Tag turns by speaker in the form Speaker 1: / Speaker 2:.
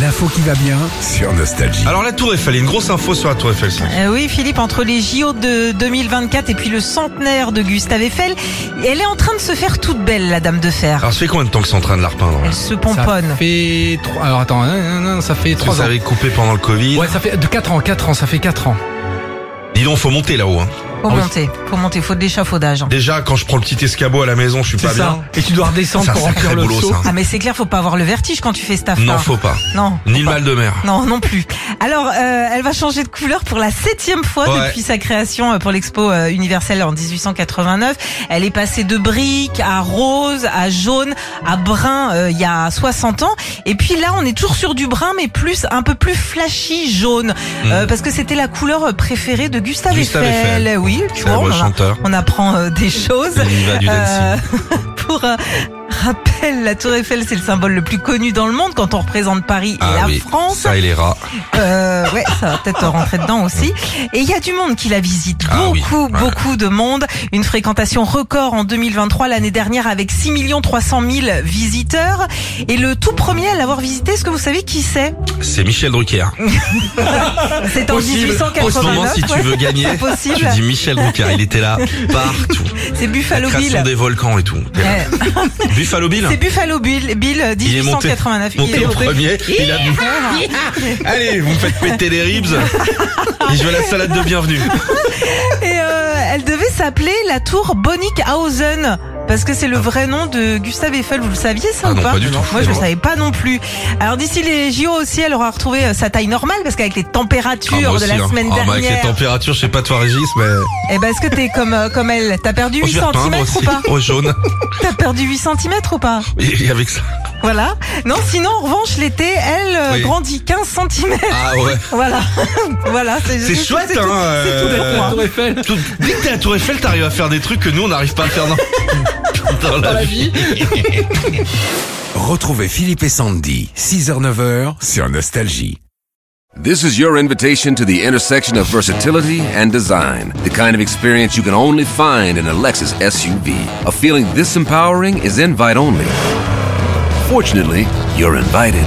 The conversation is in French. Speaker 1: L'info qui va bien sur Nostalgie.
Speaker 2: Alors la Tour Eiffel, il y a une grosse info sur la Tour Eiffel. ça.
Speaker 3: Euh, oui, Philippe, entre les JO de 2024 et puis le centenaire de Gustave Eiffel, elle est en train de se faire toute belle, la Dame de Fer.
Speaker 2: Alors ça fait combien de temps que c'est en train de la repeindre hein là
Speaker 3: Elle se
Speaker 4: Ça
Speaker 3: pomponne.
Speaker 4: fait trois. Alors attends, hein, hein, hein, ça fait
Speaker 2: Parce que
Speaker 4: trois
Speaker 2: ça
Speaker 4: ans.
Speaker 2: avait coupé pendant le Covid.
Speaker 4: Ouais, ça fait de quatre ans, quatre ans, ça fait quatre ans.
Speaker 2: Dis donc, faut monter là-haut. hein.
Speaker 3: Faut
Speaker 4: Ah oui.
Speaker 3: monter, faut monter, faut de l'échafaudage. hein.
Speaker 2: Déjà, quand je prends le petit escabeau à la maison, je suis
Speaker 4: C'est
Speaker 2: pas
Speaker 4: ça.
Speaker 2: bien.
Speaker 4: Et tu dois redescendre
Speaker 2: C'est un
Speaker 4: pour
Speaker 2: sacré
Speaker 4: remplir le
Speaker 2: boulot,
Speaker 4: seau.
Speaker 2: ça.
Speaker 3: Ah mais c'est clair, faut pas avoir le vertige quand tu fais staff.
Speaker 2: Non, faut pas.
Speaker 3: Non.
Speaker 2: Ni le mal de mer.
Speaker 3: Non, non plus. Alors, euh, elle va changer de couleur pour la septième fois
Speaker 2: Ouais.
Speaker 3: depuis sa création euh, pour l'expo euh, universelle en 1889. Elle est passée de brique à rose, à jaune, à brun euh, il y a 60 ans. Et puis là, on est toujours sur du brun, mais plus un peu plus flashy jaune, Euh, parce que c'était la couleur préférée de Gustave,
Speaker 2: Hmm. Gustave
Speaker 3: Eiffel. Euh, eh
Speaker 2: Eiffel. Eh ben,
Speaker 3: Oui, tu vois,
Speaker 2: Célèbre
Speaker 3: on, en-
Speaker 2: chanteur.
Speaker 3: on apprend euh, des choses.
Speaker 2: L'univers du dancing.
Speaker 3: Euh, pour euh, rappel, la Tour Eiffel, c'est le symbole le plus connu dans le monde quand on représente Paris et
Speaker 2: Ah
Speaker 3: la
Speaker 2: oui,
Speaker 3: France.
Speaker 2: ça et les rats.
Speaker 3: Euh, ouais, ça va peut-être rentrer dedans aussi. Et il y a du monde qui la visite.
Speaker 2: Ah oui,
Speaker 3: beaucoup,
Speaker 2: ouais.
Speaker 3: beaucoup de monde. Une fréquentation record en 2023, l'année dernière, avec 6 300 000 visiteurs. Et le tout premier à l'avoir visité, est-ce que vous savez qui c'est
Speaker 2: C'est Michel Drucker.
Speaker 3: C'est en
Speaker 2: En ce moment, si
Speaker 3: 1889.
Speaker 2: tu
Speaker 3: ouais.
Speaker 2: veux gagner,
Speaker 3: C'est possible.
Speaker 2: tu dis Michel Drucker. Il était là partout.
Speaker 3: C'est Buffalo
Speaker 2: la création
Speaker 3: Bill.
Speaker 2: des volcans et tout. T'es là.
Speaker 3: Ouais.
Speaker 2: Buffalo Bill.
Speaker 3: C'est Buffalo Bill, Bill euh,
Speaker 2: Il est monté,
Speaker 3: 1889. Il
Speaker 2: monté
Speaker 3: est
Speaker 2: le
Speaker 3: monté.
Speaker 2: premier. Il a Allez, vous me faites péter les ribs. Et je veux la salade de bienvenue.
Speaker 3: Et euh, elle devait s'appeler la tour Bonnickhausen. Parce que c'est le vrai nom de Gustave Eiffel, vous le saviez ça
Speaker 2: Ah
Speaker 3: ou
Speaker 2: non,
Speaker 3: pas
Speaker 2: pas du tout.
Speaker 3: Moi je le
Speaker 2: Non.
Speaker 3: savais pas non plus. Alors d'ici les JO aussi, elle aura retrouvé euh, sa taille normale parce qu'avec les
Speaker 2: Ah,
Speaker 3: températures
Speaker 2: moi
Speaker 3: de
Speaker 2: aussi,
Speaker 3: la
Speaker 2: hein.
Speaker 3: semaine
Speaker 2: Ah, mais Avec les
Speaker 3: dernière,
Speaker 2: températures, je sais pas toi Régis, mais...
Speaker 3: eh ben est-ce que t'es comme euh, comme elle T'as perdu
Speaker 2: Oh,
Speaker 3: 8
Speaker 2: je vais
Speaker 3: cm
Speaker 2: repeindre
Speaker 3: ou
Speaker 2: aussi
Speaker 3: pas
Speaker 2: au jaune.
Speaker 3: T'as perdu 8 cm ou pas
Speaker 2: Et avec ça.
Speaker 3: Voilà. Non, sinon en revanche l'été, elle euh,
Speaker 2: Oui.
Speaker 3: grandit 15 cm.
Speaker 2: Ah ouais.
Speaker 3: voilà. voilà,
Speaker 2: C'est chouette, hein. euh,
Speaker 4: La Tour Eiffel.
Speaker 2: tout- Dès que t'es à la Tour Eiffel, t'arrives à faire des trucs que nous, on n'arrive pas à faire dans, dans la vie.
Speaker 1: Retrouvez Philippe et Sandy, 6h-9h sur Nostalgie.
Speaker 5: This is your invitation to the intersection of versatility and design. The kind of experience you can only find in a Lexus SUV. A feeling this empowering is invite only. Fortunately, you're invited.